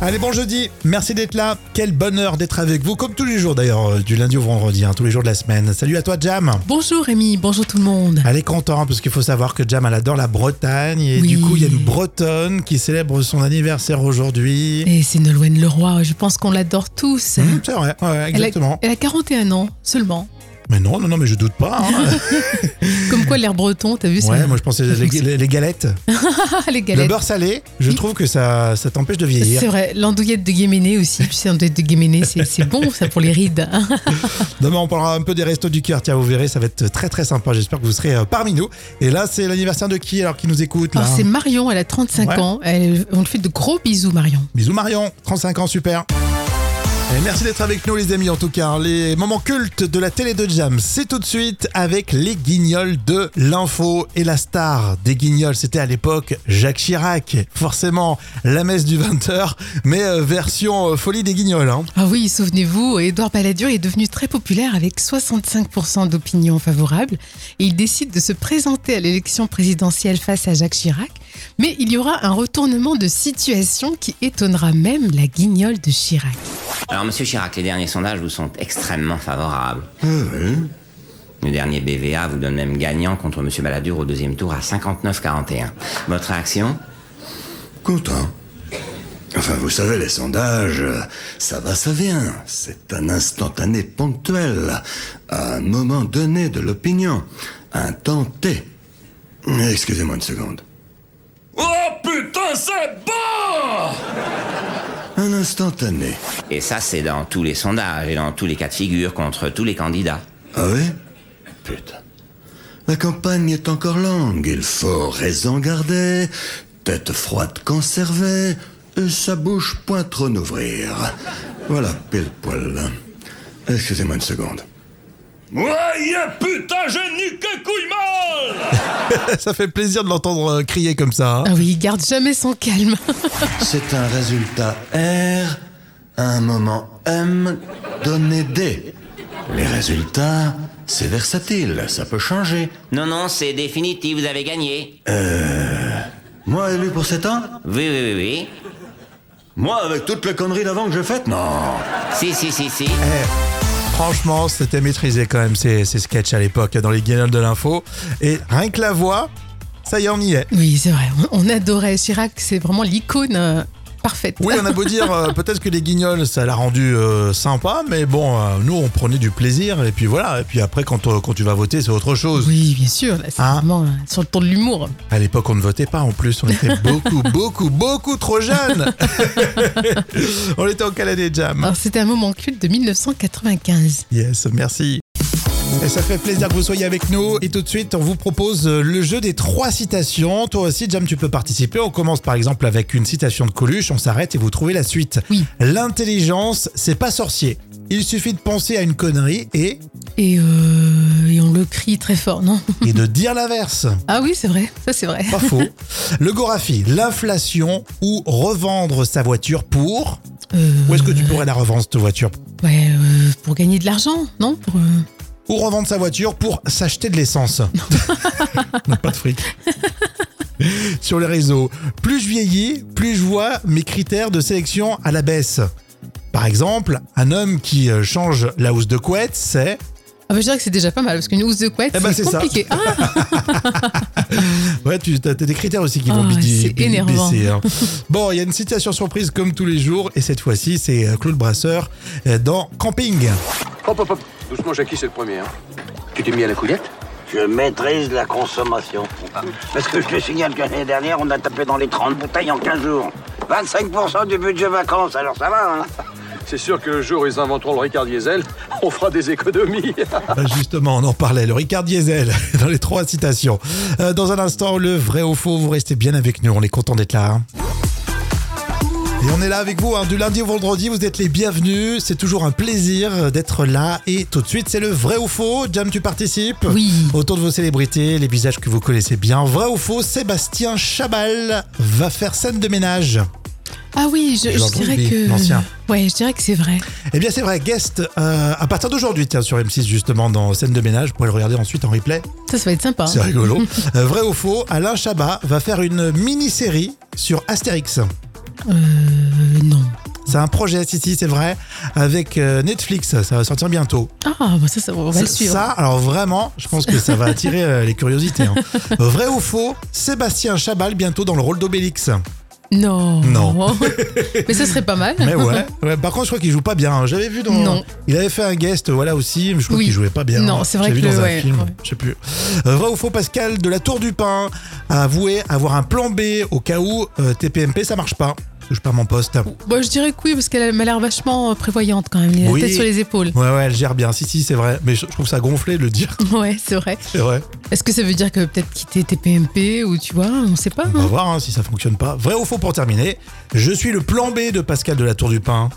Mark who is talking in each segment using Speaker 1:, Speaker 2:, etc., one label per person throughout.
Speaker 1: Allez, bon jeudi. Merci d'être là. Quel bonheur d'être avec vous, comme tous les jours d'ailleurs, euh, du lundi au vendredi, hein, tous les jours de la semaine. Salut à toi, Jam.
Speaker 2: Bonjour Rémi, bonjour tout le monde.
Speaker 1: Elle est contente parce qu'il faut savoir que Jam, elle adore la Bretagne et
Speaker 2: Oui.
Speaker 1: du coup, il y a une Bretonne qui célèbre son anniversaire aujourd'hui.
Speaker 2: Et c'est Nolwenn Leroy, je pense qu'on l'adore tous.
Speaker 1: Mmh, c'est vrai, ouais,
Speaker 2: Elle a-
Speaker 1: exactement.
Speaker 2: Elle a, 41 ans seulement.
Speaker 1: Mais non, non, non, mais je doute pas. hein.
Speaker 2: Comme quoi l'air breton, t'as vu ça
Speaker 1: ouais, moi je pensais les, les- les galettes.
Speaker 2: Ah,
Speaker 1: Le
Speaker 2: les galettes.
Speaker 1: beurre salé, je trouve que ça, ça t'empêche de vieillir.
Speaker 2: C'est vrai, l'andouillette de Guéméné aussi. Tu sais, l'andouillette de Guéméné, c'est c'est bon ça pour les rides. hein.
Speaker 1: Demain, on parlera un peu des restos du cœur. Tiens, vous verrez, ça va être très très sympa. J'espère que vous serez euh, parmi nous. Et là, c'est l'anniversaire de qui alors qui nous écoute là
Speaker 2: Alors, Ah, C'est Marion, elle a 35
Speaker 1: Ouais.
Speaker 2: ans. Elle- on lui fait de gros bisous, Marion.
Speaker 1: Bisous Marion, 35 ans, super. Et merci d'être avec nous les amis en tout cas. Les moments cultes de la télé de Jam, c'est tout de suite avec les guignols de l'info. Et la star des guignols, c'était à l'époque Jacques Chirac. Forcément, la messe du 20h, mais euh, version euh, folie des guignols. hein.
Speaker 2: Ah oui, souvenez-vous, Édouard Balladur est devenu très populaire avec 65% d'opinion favorable et il décide de se présenter à l'élection présidentielle face à Jacques Chirac. Mais il y aura un retournement de situation qui étonnera même la guignole de Chirac.
Speaker 3: Alors, monsieur Chirac, les derniers sondages vous sont extrêmement favorables. Le dernier BVA vous donne même gagnant contre monsieur Balladur au deuxième tour à 59-41. Votre réaction
Speaker 4: Content. Enfin, vous savez, les sondages, euh, ça va, ça vient. C'est un instantané ponctuel, à un moment donné de l'opinion, un temps T. Excusez-moi une seconde.
Speaker 5: Oh putain, c'est bon
Speaker 4: Un instantané.
Speaker 3: Et ça, c'est dans tous les sondages et dans tous les cas de figure contre tous les candidats.
Speaker 4: Ah oui Putain. La campagne est encore longue, il faut raison garder, tête froide conservée, et sa bouche point trop n'ouvrir. Voilà, pile poil. Excusez-moi une seconde.
Speaker 5: Ouais, yeah, putain, j'ai niqué couille mal
Speaker 1: ça fait plaisir de l'entendre euh, crier comme ça. hein.
Speaker 2: Ah oui, il garde jamais son calme.
Speaker 4: C'est un résultat R, un moment M, donné D. Les résultats, c'est versatile, ça peut changer.
Speaker 3: Non, non, c'est définitif, vous avez gagné.
Speaker 4: Moi élu pour 7 ans
Speaker 3: Oui, oui, oui, oui.
Speaker 4: Moi avec toutes les conneries d'avant que j'ai faites Non Ah
Speaker 3: Si, si, si, si.
Speaker 1: Eh, Franchement, c'était maîtrisé quand même ces, ces sketchs à l'époque dans les guignols de l'info. Et rien que la voix, ça y est, on y est.
Speaker 2: Oui, c'est vrai, on, on adorait Chirac, c'est vraiment l'icône euh, parfaite.
Speaker 1: Oui, on a beau dire, euh, peut-être que les guignols, ça l'a rendu euh, sympa, mais bon, euh, nous, on prenait du plaisir, et puis voilà. Et puis après, quand, euh, quand tu vas voter, c'est autre chose.
Speaker 2: Oui, bien sûr, là, c'est
Speaker 1: Hein
Speaker 2: vraiment euh, sur le ton de l'humour.
Speaker 1: À l'époque, on ne votait pas, en plus, on était beaucoup, beaucoup, beaucoup trop jeunes. on était en Canadé Jam.
Speaker 2: Alors, C'était un moment culte de 1995.
Speaker 1: Yes, merci. Et ça fait plaisir que vous soyez avec nous. Et tout de suite, on vous propose euh, le jeu des trois citations. Toi aussi, Jam, tu peux participer. On commence par exemple avec une citation de Coluche, on s'arrête et vous trouvez la suite.
Speaker 2: Oui.
Speaker 1: L'intelligence, c'est pas sorcier. Il suffit de penser à une connerie et,
Speaker 2: Et, euh, et on le crie très fort, non
Speaker 1: et de dire l'inverse.
Speaker 2: Ah oui, c'est vrai, ça c'est vrai.
Speaker 1: Pas faux. Le Gorafi, l'inflation ou revendre sa voiture pour.
Speaker 2: Euh,
Speaker 1: Où est-ce que tu pourrais la revendre, cette voiture
Speaker 2: Ouais, euh, pour gagner de l'argent, non Pour, euh,
Speaker 1: ou revendre sa voiture pour s'acheter de l'essence. On n'a pas de fric. Sur les réseaux, plus je vieillis, plus je vois mes critères de sélection à la baisse. Par exemple, un homme qui euh, change la housse de couette, c'est...
Speaker 2: Ah bah je dirais que c'est déjà pas mal, parce qu'une housse de couette,
Speaker 1: Eh ben,
Speaker 2: c'est
Speaker 1: c'est ça.
Speaker 2: compliqué. Ah,
Speaker 1: Ouais, tu as des critères aussi qui vont
Speaker 2: Ah,
Speaker 1: bidi-
Speaker 2: c'est
Speaker 1: bidi-
Speaker 2: énervant.
Speaker 1: baisser, hein. Bon, il y a une citation surprise comme tous les jours, et cette fois-ci, c'est euh, Claude Brasseur euh, dans Camping.
Speaker 6: Hop, hop, hop. Doucement, Jackie, c'est le premier. hein. Tu t'es mis à la couillette
Speaker 7: Je maîtrise la consommation. Parce que je te signale que l'année dernière, on a tapé dans les 30 bouteilles en 15 jours. 25% du budget vacances, alors ça va, hein
Speaker 6: C'est sûr que le jour où ils inventeront le Ricard Diesel, on fera des économies.
Speaker 1: Bah, Justement, on en parlait, le Ricard Diesel, dans les trois citations. Euh, dans un instant, le vrai ou faux, vous restez bien avec nous, on est content d'être là. hein. Et on est là avec vous, hein, du lundi au vendredi, vous êtes les bienvenus, c'est toujours un plaisir euh, d'être là. Et tout de suite, c'est le vrai ou faux, Jam, tu participes
Speaker 2: Oui.
Speaker 1: Autour de vos célébrités, les visages que vous connaissez bien. Vrai ou faux, Sébastien Chabal va faire scène de ménage.
Speaker 2: Ah oui, je, je
Speaker 1: Georges
Speaker 2: dirais
Speaker 1: Roubi,
Speaker 2: que...
Speaker 1: l'ancien.
Speaker 2: Ouais, je dirais que c'est vrai.
Speaker 1: Eh bien, c'est vrai, guest, euh, à partir d'aujourd'hui, tiens, sur M6, justement, dans scène de ménage, vous pourrez le regarder ensuite en replay.
Speaker 2: Ça, ça va être sympa. hein.
Speaker 1: C'est rigolo. Euh, vrai ou faux, Alain Chabat va faire une mini-série sur Astérix.
Speaker 2: Euh, non.
Speaker 1: C'est un projet, si, si, c'est vrai, avec euh, Netflix. Ça va sortir bientôt.
Speaker 2: Ah, bah ça, ça, on va le
Speaker 1: Ça-
Speaker 2: suivre.
Speaker 1: Ça, alors vraiment, je pense que ça va attirer euh, les curiosités. hein. Vrai ou faux, Sébastien Chabal bientôt dans le rôle d'Obélix.
Speaker 2: Non.
Speaker 1: Non.
Speaker 2: Mais ce serait pas mal.
Speaker 1: Mais ouais. ouais, Par contre, je crois qu'il joue pas bien. hein. J'avais vu dans.
Speaker 2: Non.
Speaker 1: Il avait fait un guest, voilà aussi. mais Je crois
Speaker 2: Oui.
Speaker 1: qu'il jouait pas bien.
Speaker 2: Non, c'est vrai
Speaker 1: J'avais
Speaker 2: que
Speaker 1: vu dans
Speaker 2: le-
Speaker 1: un
Speaker 2: ouais,
Speaker 1: film.
Speaker 2: ouais.
Speaker 1: Je sais plus. Euh, vrai ou faux, Pascal de la Tour du Pain a avoué avoir un plan B au cas où euh, TPMP ça marche pas. Parce que je perds mon poste.
Speaker 2: Bon, je dirais que oui, parce qu'elle m'a l'air vachement euh, prévoyante quand même. Il a
Speaker 1: Oui.
Speaker 2: la tête sur les épaules.
Speaker 1: Ouais, ouais, elle gère bien. Si, si, c'est vrai. Mais je, je trouve ça gonflé de le dire.
Speaker 2: Ouais, c'est vrai.
Speaker 1: C'est vrai.
Speaker 2: Est-ce que ça veut dire que peut-être quitter TPMP ou tu vois, on sait pas.
Speaker 1: On va
Speaker 2: hein.
Speaker 1: voir hein, si ça fonctionne pas. Vrai ou faux pour terminer. Je suis le plan B de Pascal de la Tour du Pain.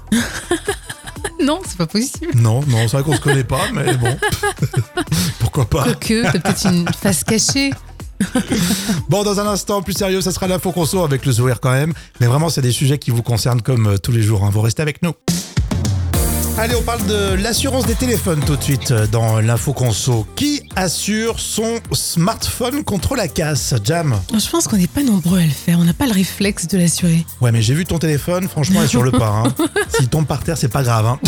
Speaker 2: Non, c'est pas possible.
Speaker 1: Non, non, c'est vrai qu'on se connaît pas, mais bon. Pourquoi pas
Speaker 2: Quoique, t'as peut-être une face cachée.
Speaker 1: Bon, dans un instant, plus sérieux, ça sera l'info conso avec le sourire quand même. Mais vraiment, c'est des sujets qui vous concernent comme euh, tous les jours. hein. Vous restez avec nous. Allez, on parle de l'assurance des téléphones tout de suite euh, dans l'info conso. Qui assure son smartphone contre la casse, Jam
Speaker 2: Je pense qu'on n'est pas nombreux à le faire. On n'a pas le réflexe de l'assurer.
Speaker 1: Ouais, mais j'ai vu ton téléphone, franchement, sur le pas. hein. S'il tombe par terre, c'est pas grave. hein.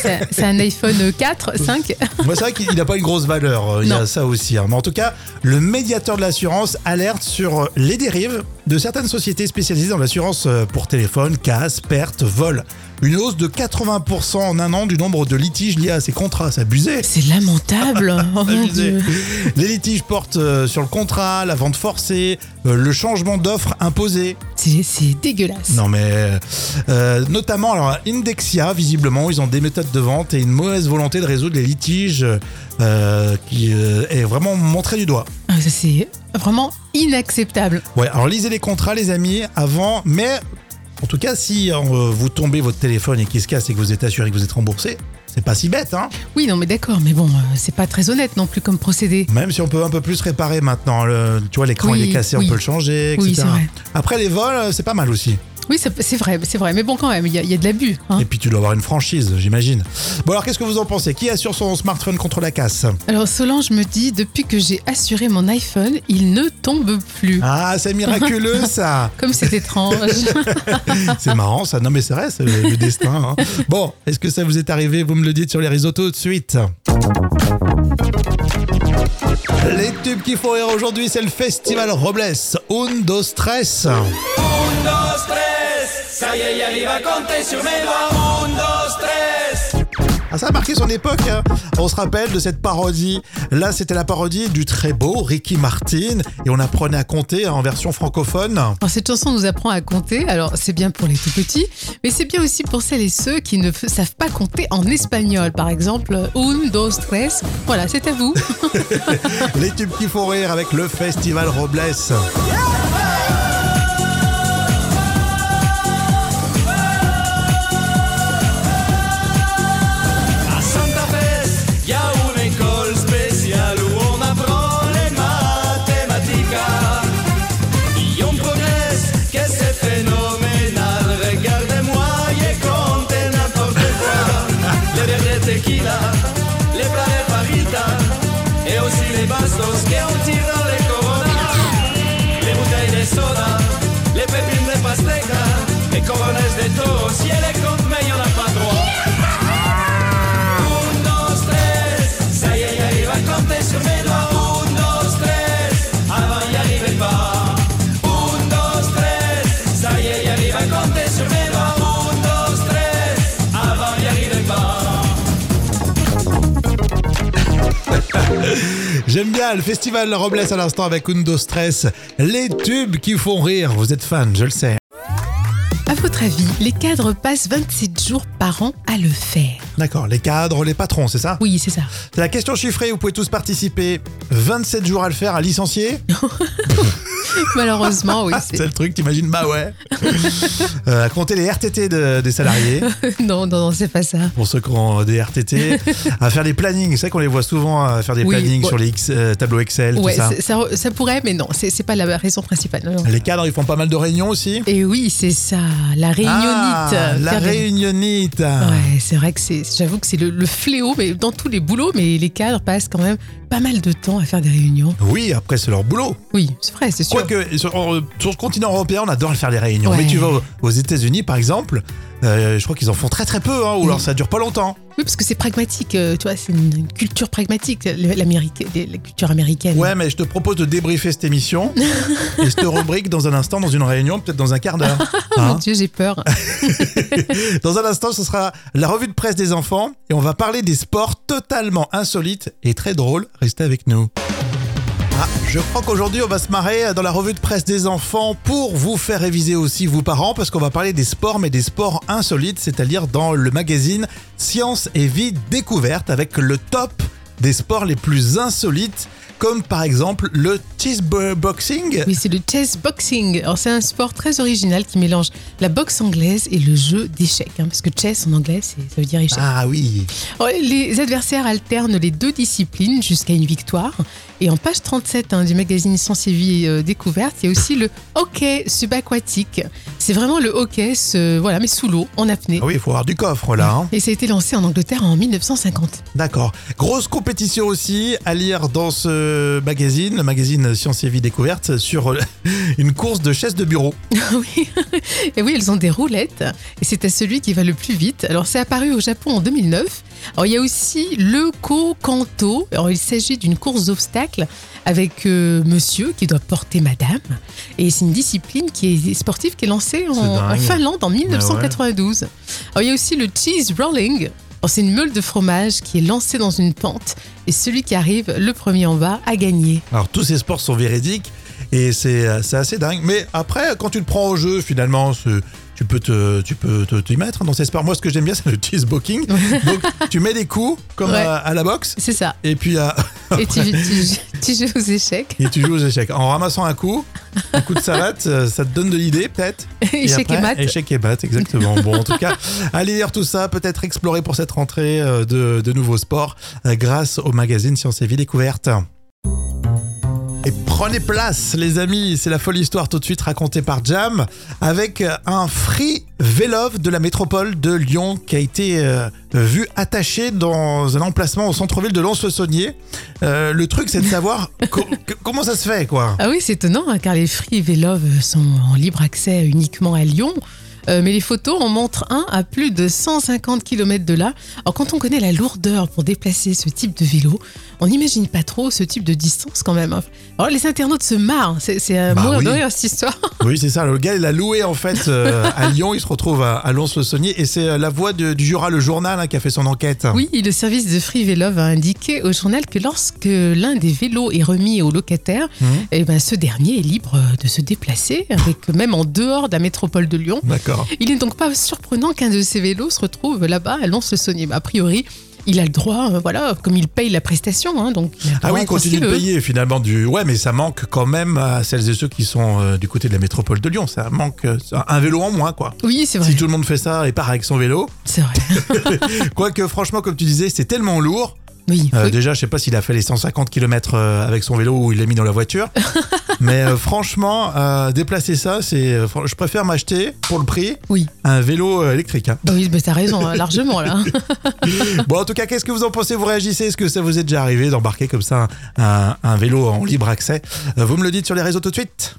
Speaker 2: C'est c'est un iPhone 4, 5.
Speaker 1: Moi, Bah, c'est vrai qu'il n'a pas une grosse valeur. euh, Il y a
Speaker 2: Non.
Speaker 1: ça aussi. hein. Mais en tout cas, le médiateur de l'assurance alerte sur euh, les dérives de certaines sociétés spécialisées dans l'assurance euh, pour téléphone, casse, perte, vol. Une hausse de 80% en un an du nombre de litiges liés à ces contrats. C'est abusé.
Speaker 2: C'est lamentable. Oh mon
Speaker 1: Abusé.
Speaker 2: dieu.
Speaker 1: Les litiges portent euh, sur le contrat, la vente forcée, euh, le changement d'offre imposé.
Speaker 2: C'est c'est dégueulasse.
Speaker 1: Non mais euh, euh, notamment alors Indexia visiblement ils ont des méthodes de vente et une mauvaise volonté de résoudre les litiges euh, qui euh, est vraiment montré du doigt.
Speaker 2: Ah, ça, c'est vraiment inacceptable.
Speaker 1: Ouais alors lisez les contrats les amis avant mais en tout cas si euh, vous tombez votre téléphone et qu'il se casse et que vous êtes assuré que vous êtes remboursé c'est pas si bête hein
Speaker 2: Oui, non, mais d'accord, mais bon, euh, c'est pas très honnête non plus comme procédé.
Speaker 1: même si on peut un peu plus réparer maintenant le- tu vois l'écran
Speaker 2: Oui,
Speaker 1: il est cassé
Speaker 2: oui.
Speaker 1: on peut le changer etc.
Speaker 2: Oui, c'est vrai.
Speaker 1: Après les vols euh, c'est pas mal aussi.
Speaker 2: Oui, ça- c'est vrai, c'est vrai. Mais bon, quand même, il y, a- il y a de l'abus. hein.
Speaker 1: Et puis tu dois avoir une franchise j'imagine. Bon alors qu'est-ce que vous en pensez qui assure son smartphone contre la casse
Speaker 2: Alors Solange me dit, depuis que j'ai assuré mon iPhone, il ne tombe plus.
Speaker 1: Ah, c'est miraculeux ça
Speaker 2: Comme c'est étrange.
Speaker 1: C'est marrant ça. Non mais c'est vrai, c'est le destin. hein. Bon, est-ce que ça vous est arrivé Vous me le dites sur les réseaux tout de suite. Les tubes qui font rire aujourd'hui, c'est le Festival Robles. Undo Stress. Ah, ça a marqué son époque. hein. On se rappelle de cette parodie. Là, c'était la parodie du très beau Ricky Martin. Et on apprenait à compter hein, en version francophone.
Speaker 2: Alors, cette chanson nous apprend à compter, alors c'est bien pour les tout petits, mais c'est bien aussi pour celles et ceux qui ne f- savent pas compter en espagnol. Par exemple, un, dos, tres. Voilà, c'est à vous.
Speaker 1: Les tubes qui font rire avec le Festival Robles.
Speaker 8: À Santa Fe, il y a une école spéciale où on apprend les mathématiques. Et on progresse, que c'est phénoménal. Regardez-moi, j'ai compté n'importe quoi. Les verres de tequila, les plats de farita, et aussi les bastos que on tire dans les coronas. Les bouteilles de soda, les pépines de pasteca, les coronas de toros, si elle les compte, mais il n'y en a pas trois. Un, dos, tres, ça y est, j'arrive à compter sur mes doigts. Un, dos, tres, avant j'y arrivais pas. Un, dos, tres, ça y est, j'arrive à compter sur mes doigts. Un, dos, tres, avant j'y arrivais pas.
Speaker 1: J'aime bien le Festival Robles à l'instant avec Undo Stress. Les tubes qui font rire. Vous êtes fan, je le sais.
Speaker 2: À votre avis, les cadres passent 27 jours par an à le faire.
Speaker 1: D'accord, les cadres, les patrons, c'est ça
Speaker 2: Oui, c'est ça.
Speaker 1: C'est la question chiffrée, vous pouvez tous participer. 27 jours à le faire, à licencier
Speaker 2: Malheureusement, oui.
Speaker 1: C'est le truc, t'imagines Bah ouais. Euh, à compter les RTT de- des salariés,
Speaker 2: c'est- Non, non, non, c'est pas ça.
Speaker 1: pour ceux qui ont des RTT. À faire des plannings, c'est vrai qu'on les voit souvent euh, faire des
Speaker 2: Oui,
Speaker 1: plannings
Speaker 2: ouais.
Speaker 1: sur les X- euh, tableaux Excel,
Speaker 2: Ouais,
Speaker 1: tout ça.
Speaker 2: c'est- ça, ça pourrait, mais non, c'est c'est pas la raison principale. non, non.
Speaker 1: Les cadres, ils font pas mal de réunions aussi
Speaker 2: Et oui, c'est ça, la réunionite.
Speaker 1: Ah, la
Speaker 2: Faire des-
Speaker 1: réunionnite. Ah.
Speaker 2: Ouais, c'est vrai que c'est j'avoue que c'est le, le fléau, mais dans tous les boulots, mais les cadres passent quand même pas mal de temps à faire des réunions.
Speaker 1: Oui, après, c'est leur boulot.
Speaker 2: Oui, c'est vrai, c'est sûr.
Speaker 1: Quoique, sur, en- sur le continent européen, on adore faire des réunions.
Speaker 2: Ouais.
Speaker 1: Mais tu vas aux, aux États-Unis, par exemple, euh, je crois qu'ils en font très très peu, hein, ou alors ça dure pas longtemps.
Speaker 2: Oui, parce que c'est pragmatique, euh, tu vois, c'est une, une culture pragmatique, l'Amérique- la culture américaine.
Speaker 1: Ouais, mais je te propose de débriefer cette émission et cette rubrique dans un instant, dans une réunion, peut-être dans un quart d'heure.
Speaker 2: Oh
Speaker 1: Hein
Speaker 2: mon Dieu, j'ai peur.
Speaker 1: dans un instant, ce sera la revue de presse des enfants et on va parler des sports totalement insolites et très drôles. Restez avec nous. Ah, je crois qu'aujourd'hui, on va se marrer dans la revue de presse des enfants pour vous faire réviser aussi, vous parents, parce qu'on va parler des sports, mais des sports insolites, c'est-à-dire dans le magazine Science et Vie Découverte, avec le top des sports les plus insolites, comme par exemple le cheeseburger boxing.
Speaker 2: Oui, c'est le chess boxing. Alors, c'est un sport très original qui mélange la boxe anglaise et le jeu d'échecs. hein, parce que chess en anglais, c'est- ça veut dire échec.
Speaker 1: Ah oui,
Speaker 2: Alors, Les adversaires alternent les deux disciplines jusqu'à une victoire. Et en page 37 hein, du magazine Science et Vie euh, Découverte, il y a aussi le hockey subaquatique. C'est vraiment le hockey, ce- voilà, mais sous l'eau, en apnée.
Speaker 1: ah oui, il faut avoir du coffre là. hein.
Speaker 2: Et ça a été lancé en Angleterre en 1950.
Speaker 1: D'accord. Grosse compétition aussi à lire dans ce magazine, le magazine Science et Vie Découverte, sur euh, une course de chaises de bureau.
Speaker 2: Oui. Et oui, elles ont des roulettes. Et c'est à celui qui va le plus vite. Alors, c'est apparu au Japon en 2009. Alors, il y a aussi le Kokanto. Alors, il s'agit d'une course d'obstacles avec euh, monsieur qui doit porter madame. Et c'est une discipline qui est sportive qui est lancée en,
Speaker 1: C'est dingue. Ah
Speaker 2: en Finlande en 1992. Alors, il y a aussi le cheese rolling. Alors, c'est une meule de fromage qui est lancée dans une pente. Et celui qui arrive le premier en bas a gagné.
Speaker 1: Alors tous ces sports sont véridiques et c'est euh, c'est assez dingue. Mais après, quand tu te prends au jeu, finalement, ce- tu peux te tu peux te- t'y mettre dans ces sports. Moi, ce que j'aime bien, c'est le cheeseboxing. Donc tu mets des coups comme euh,
Speaker 2: Ouais.
Speaker 1: à, à la boxe
Speaker 2: C'est ça.
Speaker 1: et puis à-
Speaker 2: Et
Speaker 1: Ah
Speaker 2: tu, tu- tu joues aux échecs.
Speaker 1: et tu joues aux échecs. En ramassant un coup, un coup de savate, euh, ça te donne de l'idée peut-être.
Speaker 2: Échec et
Speaker 1: après,
Speaker 2: mat.
Speaker 1: Échec et mat, exactement. Bon, en tout cas, allez lire tout ça, peut-être explorer pour cette rentrée euh, de, de nouveaux sports euh, grâce au magazine Science et Vie Découverte. Et prenez place, les amis. C'est la folle histoire tout de suite racontée par Jam avec euh, un free vélo de la métropole de Lyon qui a été euh, vu attaché dans un emplacement au centre-ville de Lons-le-Saunier. Euh, le truc, c'est de savoir co- que- comment ça se fait, quoi.
Speaker 2: Ah oui, c'est étonnant, hein, car les Free Vélove sont en libre accès uniquement à Lyon. Euh, mais les photos en montrent un à plus de 150 km de là. Alors quand on connaît la lourdeur pour déplacer ce type de vélo, on n'imagine pas trop ce type de distance quand même. hein. Alors les internautes se marrent, c'est c'est euh, un
Speaker 1: Bah
Speaker 2: mot
Speaker 1: oui.
Speaker 2: de rire, hein, cette histoire.
Speaker 1: Oui, c'est ça. Le gars, il a loué en fait euh, à Lyon. Il se retrouve à, à Lons-le-Saunier. Et c'est euh, la voix de- du Jura, le journal, hein, qui a fait son enquête.
Speaker 2: Oui, le service de Free Vélove a indiqué au journal que lorsque l'un des vélos est remis au locataire,
Speaker 1: Mhm.
Speaker 2: eh ben, ce dernier est libre de se déplacer, avec, même en dehors de la métropole de Lyon.
Speaker 1: D'accord.
Speaker 2: Il n'est donc pas surprenant qu'un de ces vélos se retrouve là-bas à Lons-le-Saunier. A priori, il a le droit, euh, voilà, comme il paye la prestation, hein, donc. il a le
Speaker 1: Ah
Speaker 2: droit
Speaker 1: oui, il
Speaker 2: quand
Speaker 1: continue
Speaker 2: il
Speaker 1: de
Speaker 2: veut.
Speaker 1: payer finalement du. Ouais, mais ça manque quand même à celles et ceux qui sont euh, du côté de la métropole de Lyon. Ça manque euh, un vélo en moins, quoi.
Speaker 2: Oui, c'est vrai.
Speaker 1: Si tout le monde fait ça et part avec son vélo.
Speaker 2: C'est vrai.
Speaker 1: Quoique, franchement, comme tu disais, c'est tellement lourd.
Speaker 2: Oui.
Speaker 1: Euh,
Speaker 2: oui.
Speaker 1: Déjà, je sais pas s'il a fait les 150 km euh, avec son vélo ou il l'a mis dans la voiture. mais euh, franchement, euh, déplacer ça, c'est. euh, fr- je préfère m'acheter pour le prix
Speaker 2: Oui.
Speaker 1: un vélo euh, électrique. hein.
Speaker 2: Bah oui, bah, t'as raison, hein, largement là.
Speaker 1: Bon, en tout cas, qu'est-ce que vous en pensez Vous réagissez Est-ce que ça vous est déjà arrivé d'embarquer comme ça un, un- un vélo en libre accès Euh, Vous me le dites sur les réseaux tout de suite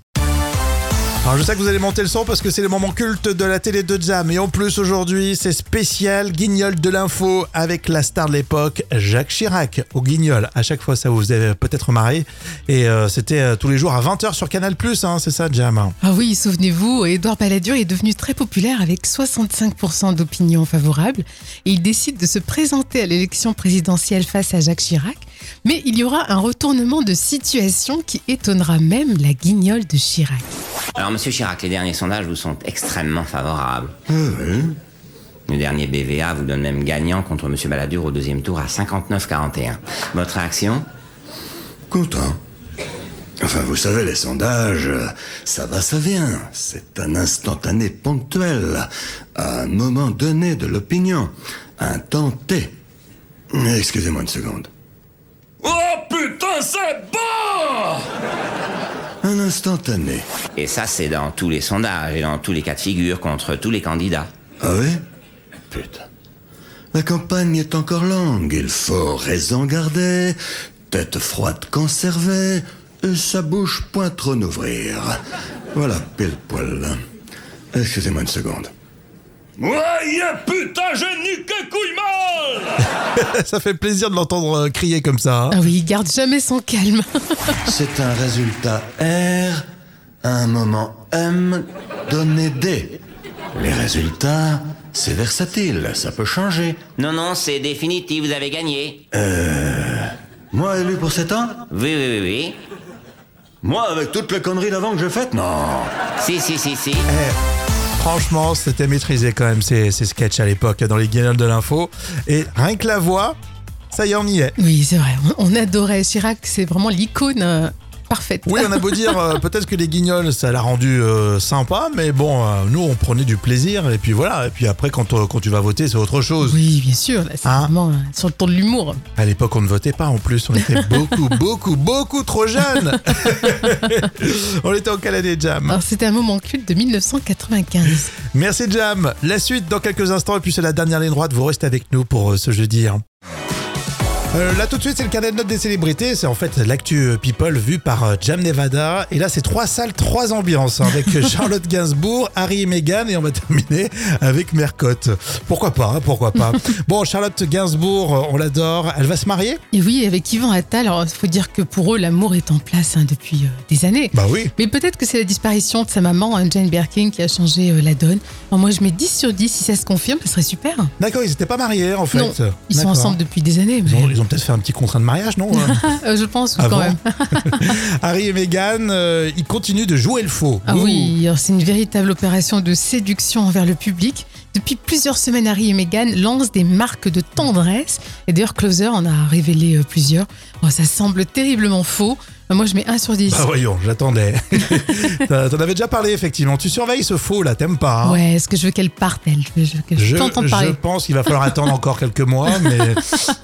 Speaker 1: alors je sais que vous allez monter le son parce que c'est le moment culte de la télé de Jam et en plus aujourd'hui c'est spécial Guignol de l'info avec la star de l'époque Jacques Chirac au Guignol. À chaque fois ça vous avez peut-être marré et euh, c'était euh, tous les jours à 20h sur Canal+, hein, c'est ça Jam
Speaker 2: Ah oui, souvenez-vous, Édouard Balladur est devenu très populaire avec 65% d'opinions favorables. Et il décide de se présenter à l'élection présidentielle face à Jacques Chirac. Mais il y aura un retournement de situation qui étonnera même la guignole de Chirac.
Speaker 3: Alors, monsieur Chirac, les derniers sondages vous sont extrêmement favorables. Le dernier BVA vous donne même gagnant contre monsieur Balladur au deuxième tour à 59-41. Votre réaction
Speaker 4: Content. Enfin, vous savez, les sondages, euh, ça va, ça vient. C'est un instantané ponctuel, à un moment donné de l'opinion, un temps T. Excusez-moi une seconde.
Speaker 5: Oh putain, c'est bon
Speaker 4: Un instantané.
Speaker 3: Et ça, c'est dans tous les sondages et dans tous les cas de figure contre tous les candidats.
Speaker 4: Ah oui Ah Putain. La campagne est encore longue, il faut raison garder. Tête froide conservée, et sa bouche point trop n'ouvrir. Voilà, pile poil. Excusez-moi une seconde.
Speaker 5: Voyez, putain, je n'ai que couille molle
Speaker 1: ça fait plaisir de l'entendre euh, crier comme ça. hein.
Speaker 2: Ah oui, il garde jamais son calme.
Speaker 4: C'est un résultat R, un moment M, donné D. Les résultats, c'est versatile, ça peut changer.
Speaker 3: Non, non, c'est définitif, vous avez gagné.
Speaker 4: Moi élu pour 7 ans
Speaker 3: Oui, oui, oui, oui.
Speaker 4: Moi avec toutes les conneries d'avant que j'ai faites Non
Speaker 3: Si, si, si, si.
Speaker 1: Franchement, c'était maîtrisé quand même ces, ces sketchs à l'époque dans les guignols de l'info. Et rien que la voix, ça y est, on y est.
Speaker 2: Oui, c'est vrai. On on adorait Chirac, c'est vraiment l'icône euh, parfaite.
Speaker 1: Oui, on a beau dire, euh, peut-être que les guignols, ça l'a rendu euh, sympa, mais bon, euh, nous, on prenait du plaisir, et puis voilà. Et puis après, quand, euh, quand tu vas voter, c'est autre chose.
Speaker 2: Oui, bien sûr, là, c'est
Speaker 1: Hein
Speaker 2: vraiment euh, sur le ton de l'humour.
Speaker 1: À l'époque, on ne votait pas en plus, on était beaucoup, beaucoup, beaucoup trop jeunes. on était au Canada Jam.
Speaker 2: Alors, C'était un moment culte de 1995.
Speaker 1: Merci Jam. La suite dans quelques instants, et puis c'est la dernière ligne droite, vous restez avec nous pour euh, ce jeudi. hein. Euh, là tout de suite c'est le carnet de notes des célébrités, c'est en fait l'actu euh, people vue par euh, Jam Nevada et là c'est trois salles, trois ambiances hein, avec Charlotte Gainsbourg, Harry et Meghan et on va terminer avec Mercotte. Pourquoi pas, hein, pourquoi pas. bon Charlotte Gainsbourg, euh, on l'adore, elle va se marier
Speaker 2: Et oui, avec Yvan Attal, alors il faut dire que pour eux, l'amour est en place hein, depuis euh, des années.
Speaker 1: Bah oui.
Speaker 2: Mais peut-être que c'est la disparition de sa maman, hein, Jane Birkin, qui a changé euh, la donne. Alors, moi, je mets 10 sur 10. Si ça se confirme, ce serait super.
Speaker 1: D'accord, ils n'étaient pas mariés en fait.
Speaker 2: non, ils sont
Speaker 1: D'accord.
Speaker 2: ensemble depuis des années.
Speaker 1: Ils
Speaker 2: mais-
Speaker 1: ont, ils ont peut-être fait un petit contrat de mariage, non
Speaker 2: Euh, je pense, oui,
Speaker 1: Ah
Speaker 2: quand
Speaker 1: bon
Speaker 2: même.
Speaker 1: Harry et Meghan, euh, ils continuent de jouer le faux.
Speaker 2: Ah
Speaker 1: Ouh.
Speaker 2: oui, alors c'est une véritable opération de séduction envers le public. Depuis plusieurs semaines, Harry et Meghan lancent des marques de tendresse. Et d'ailleurs, Closer en a révélé euh, plusieurs. Oh, ça semble terriblement faux. Euh, Moi, je mets 1 sur 10.
Speaker 1: Bah voyons, j'attendais. T'en t'en avais déjà parlé, effectivement. Tu surveilles ce faux, là, t'aimes pas. hein.
Speaker 2: Ouais, est-ce que je veux qu'elle parte, elle Je veux- je veux que
Speaker 1: Je,
Speaker 2: je t'entende
Speaker 1: je
Speaker 2: parler.
Speaker 1: pense qu'il va falloir attendre encore quelques mois, mais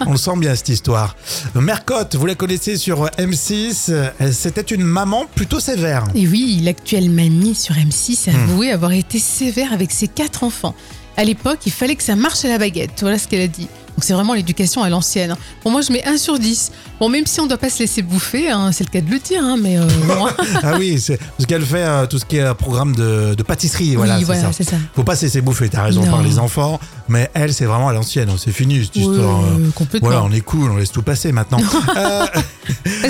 Speaker 1: on le sent bien cette histoire. Mercotte, vous la connaissez sur M6, euh, c'était une maman plutôt sévère.
Speaker 2: Et oui, l'actuelle mamie sur M6
Speaker 1: Hmm.
Speaker 2: a avoué avoir été sévère avec ses quatre enfants. À l'époque, il fallait que ça marche à la baguette. Voilà ce qu'elle a dit. Donc c'est vraiment l'éducation à l'ancienne. Pour moi, je mets 1 sur 10. Bon, même si on ne doit pas se laisser bouffer, hein, c'est le cas de le dire, hein, mais euh, bon,
Speaker 1: Ah oui, c'est parce qu'elle fait euh, tout ce qui est euh, programme de, de pâtisserie, voilà,
Speaker 2: oui,
Speaker 1: c'est
Speaker 2: voilà,
Speaker 1: ça.
Speaker 2: c'est ça.
Speaker 1: Faut pas cesser bouffer, t'as raison,
Speaker 2: Non.
Speaker 1: par les enfants, mais elle, c'est vraiment à l'ancienne, hein, c'est fini cette
Speaker 2: Ouais,
Speaker 1: histoire. euh,
Speaker 2: euh, complètement.
Speaker 1: Voilà, on est cool, on laisse tout passer maintenant. Euh,
Speaker 2: Pas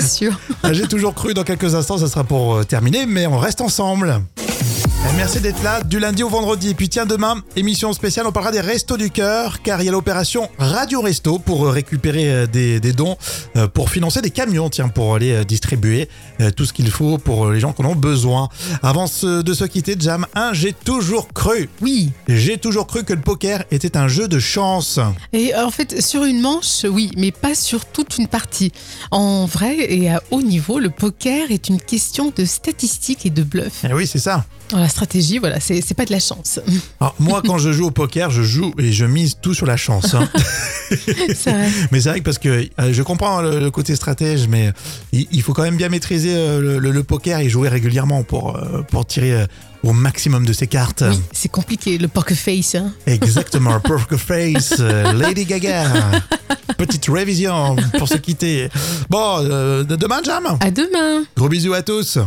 Speaker 2: sûr.
Speaker 1: J'ai toujours cru, dans quelques instants, ça sera pour euh, terminer, mais on reste ensemble. Et Merci d'être là du lundi au vendredi. Puis tiens, demain, émission spéciale, on parlera des restos du cœur, car il y a l'opération Radio Resto pour euh, récupérer euh, des, des dons euh, pour financer des camions, tiens, pour aller euh, distribuer euh, tout ce qu'il faut pour euh, les gens qui en ont besoin. Avant ce- de se quitter, Jam 1, j'ai toujours cru.
Speaker 2: Oui.
Speaker 1: J'ai toujours cru que le poker était un jeu de chance.
Speaker 2: Et euh, en fait, sur une manche, oui, mais pas sur toute une partie. En vrai et à haut niveau, le poker est une question de statistique et de bluff.
Speaker 1: Eh oui, c'est ça.
Speaker 2: Alors, la stratégie, voilà, c'est c'est pas de la chance.
Speaker 1: Alors, moi, quand je joue au poker, je joue et je mise tout sur la chance. hein.
Speaker 2: C'est vrai.
Speaker 1: Mais c'est vrai que parce que euh, je comprends le, le côté stratège, mais il, il faut quand même bien maîtriser euh, le, le- le poker et jouer régulièrement pour, euh, pour tirer euh, au maximum de ses cartes.
Speaker 2: Oui, c'est compliqué, le poker face. hein.
Speaker 1: Exactement. Poker Face, euh, Lady Gaga. Petite révision pour se quitter. Bon, euh, demain, Jam.
Speaker 2: À demain
Speaker 1: Gros bisous à tous.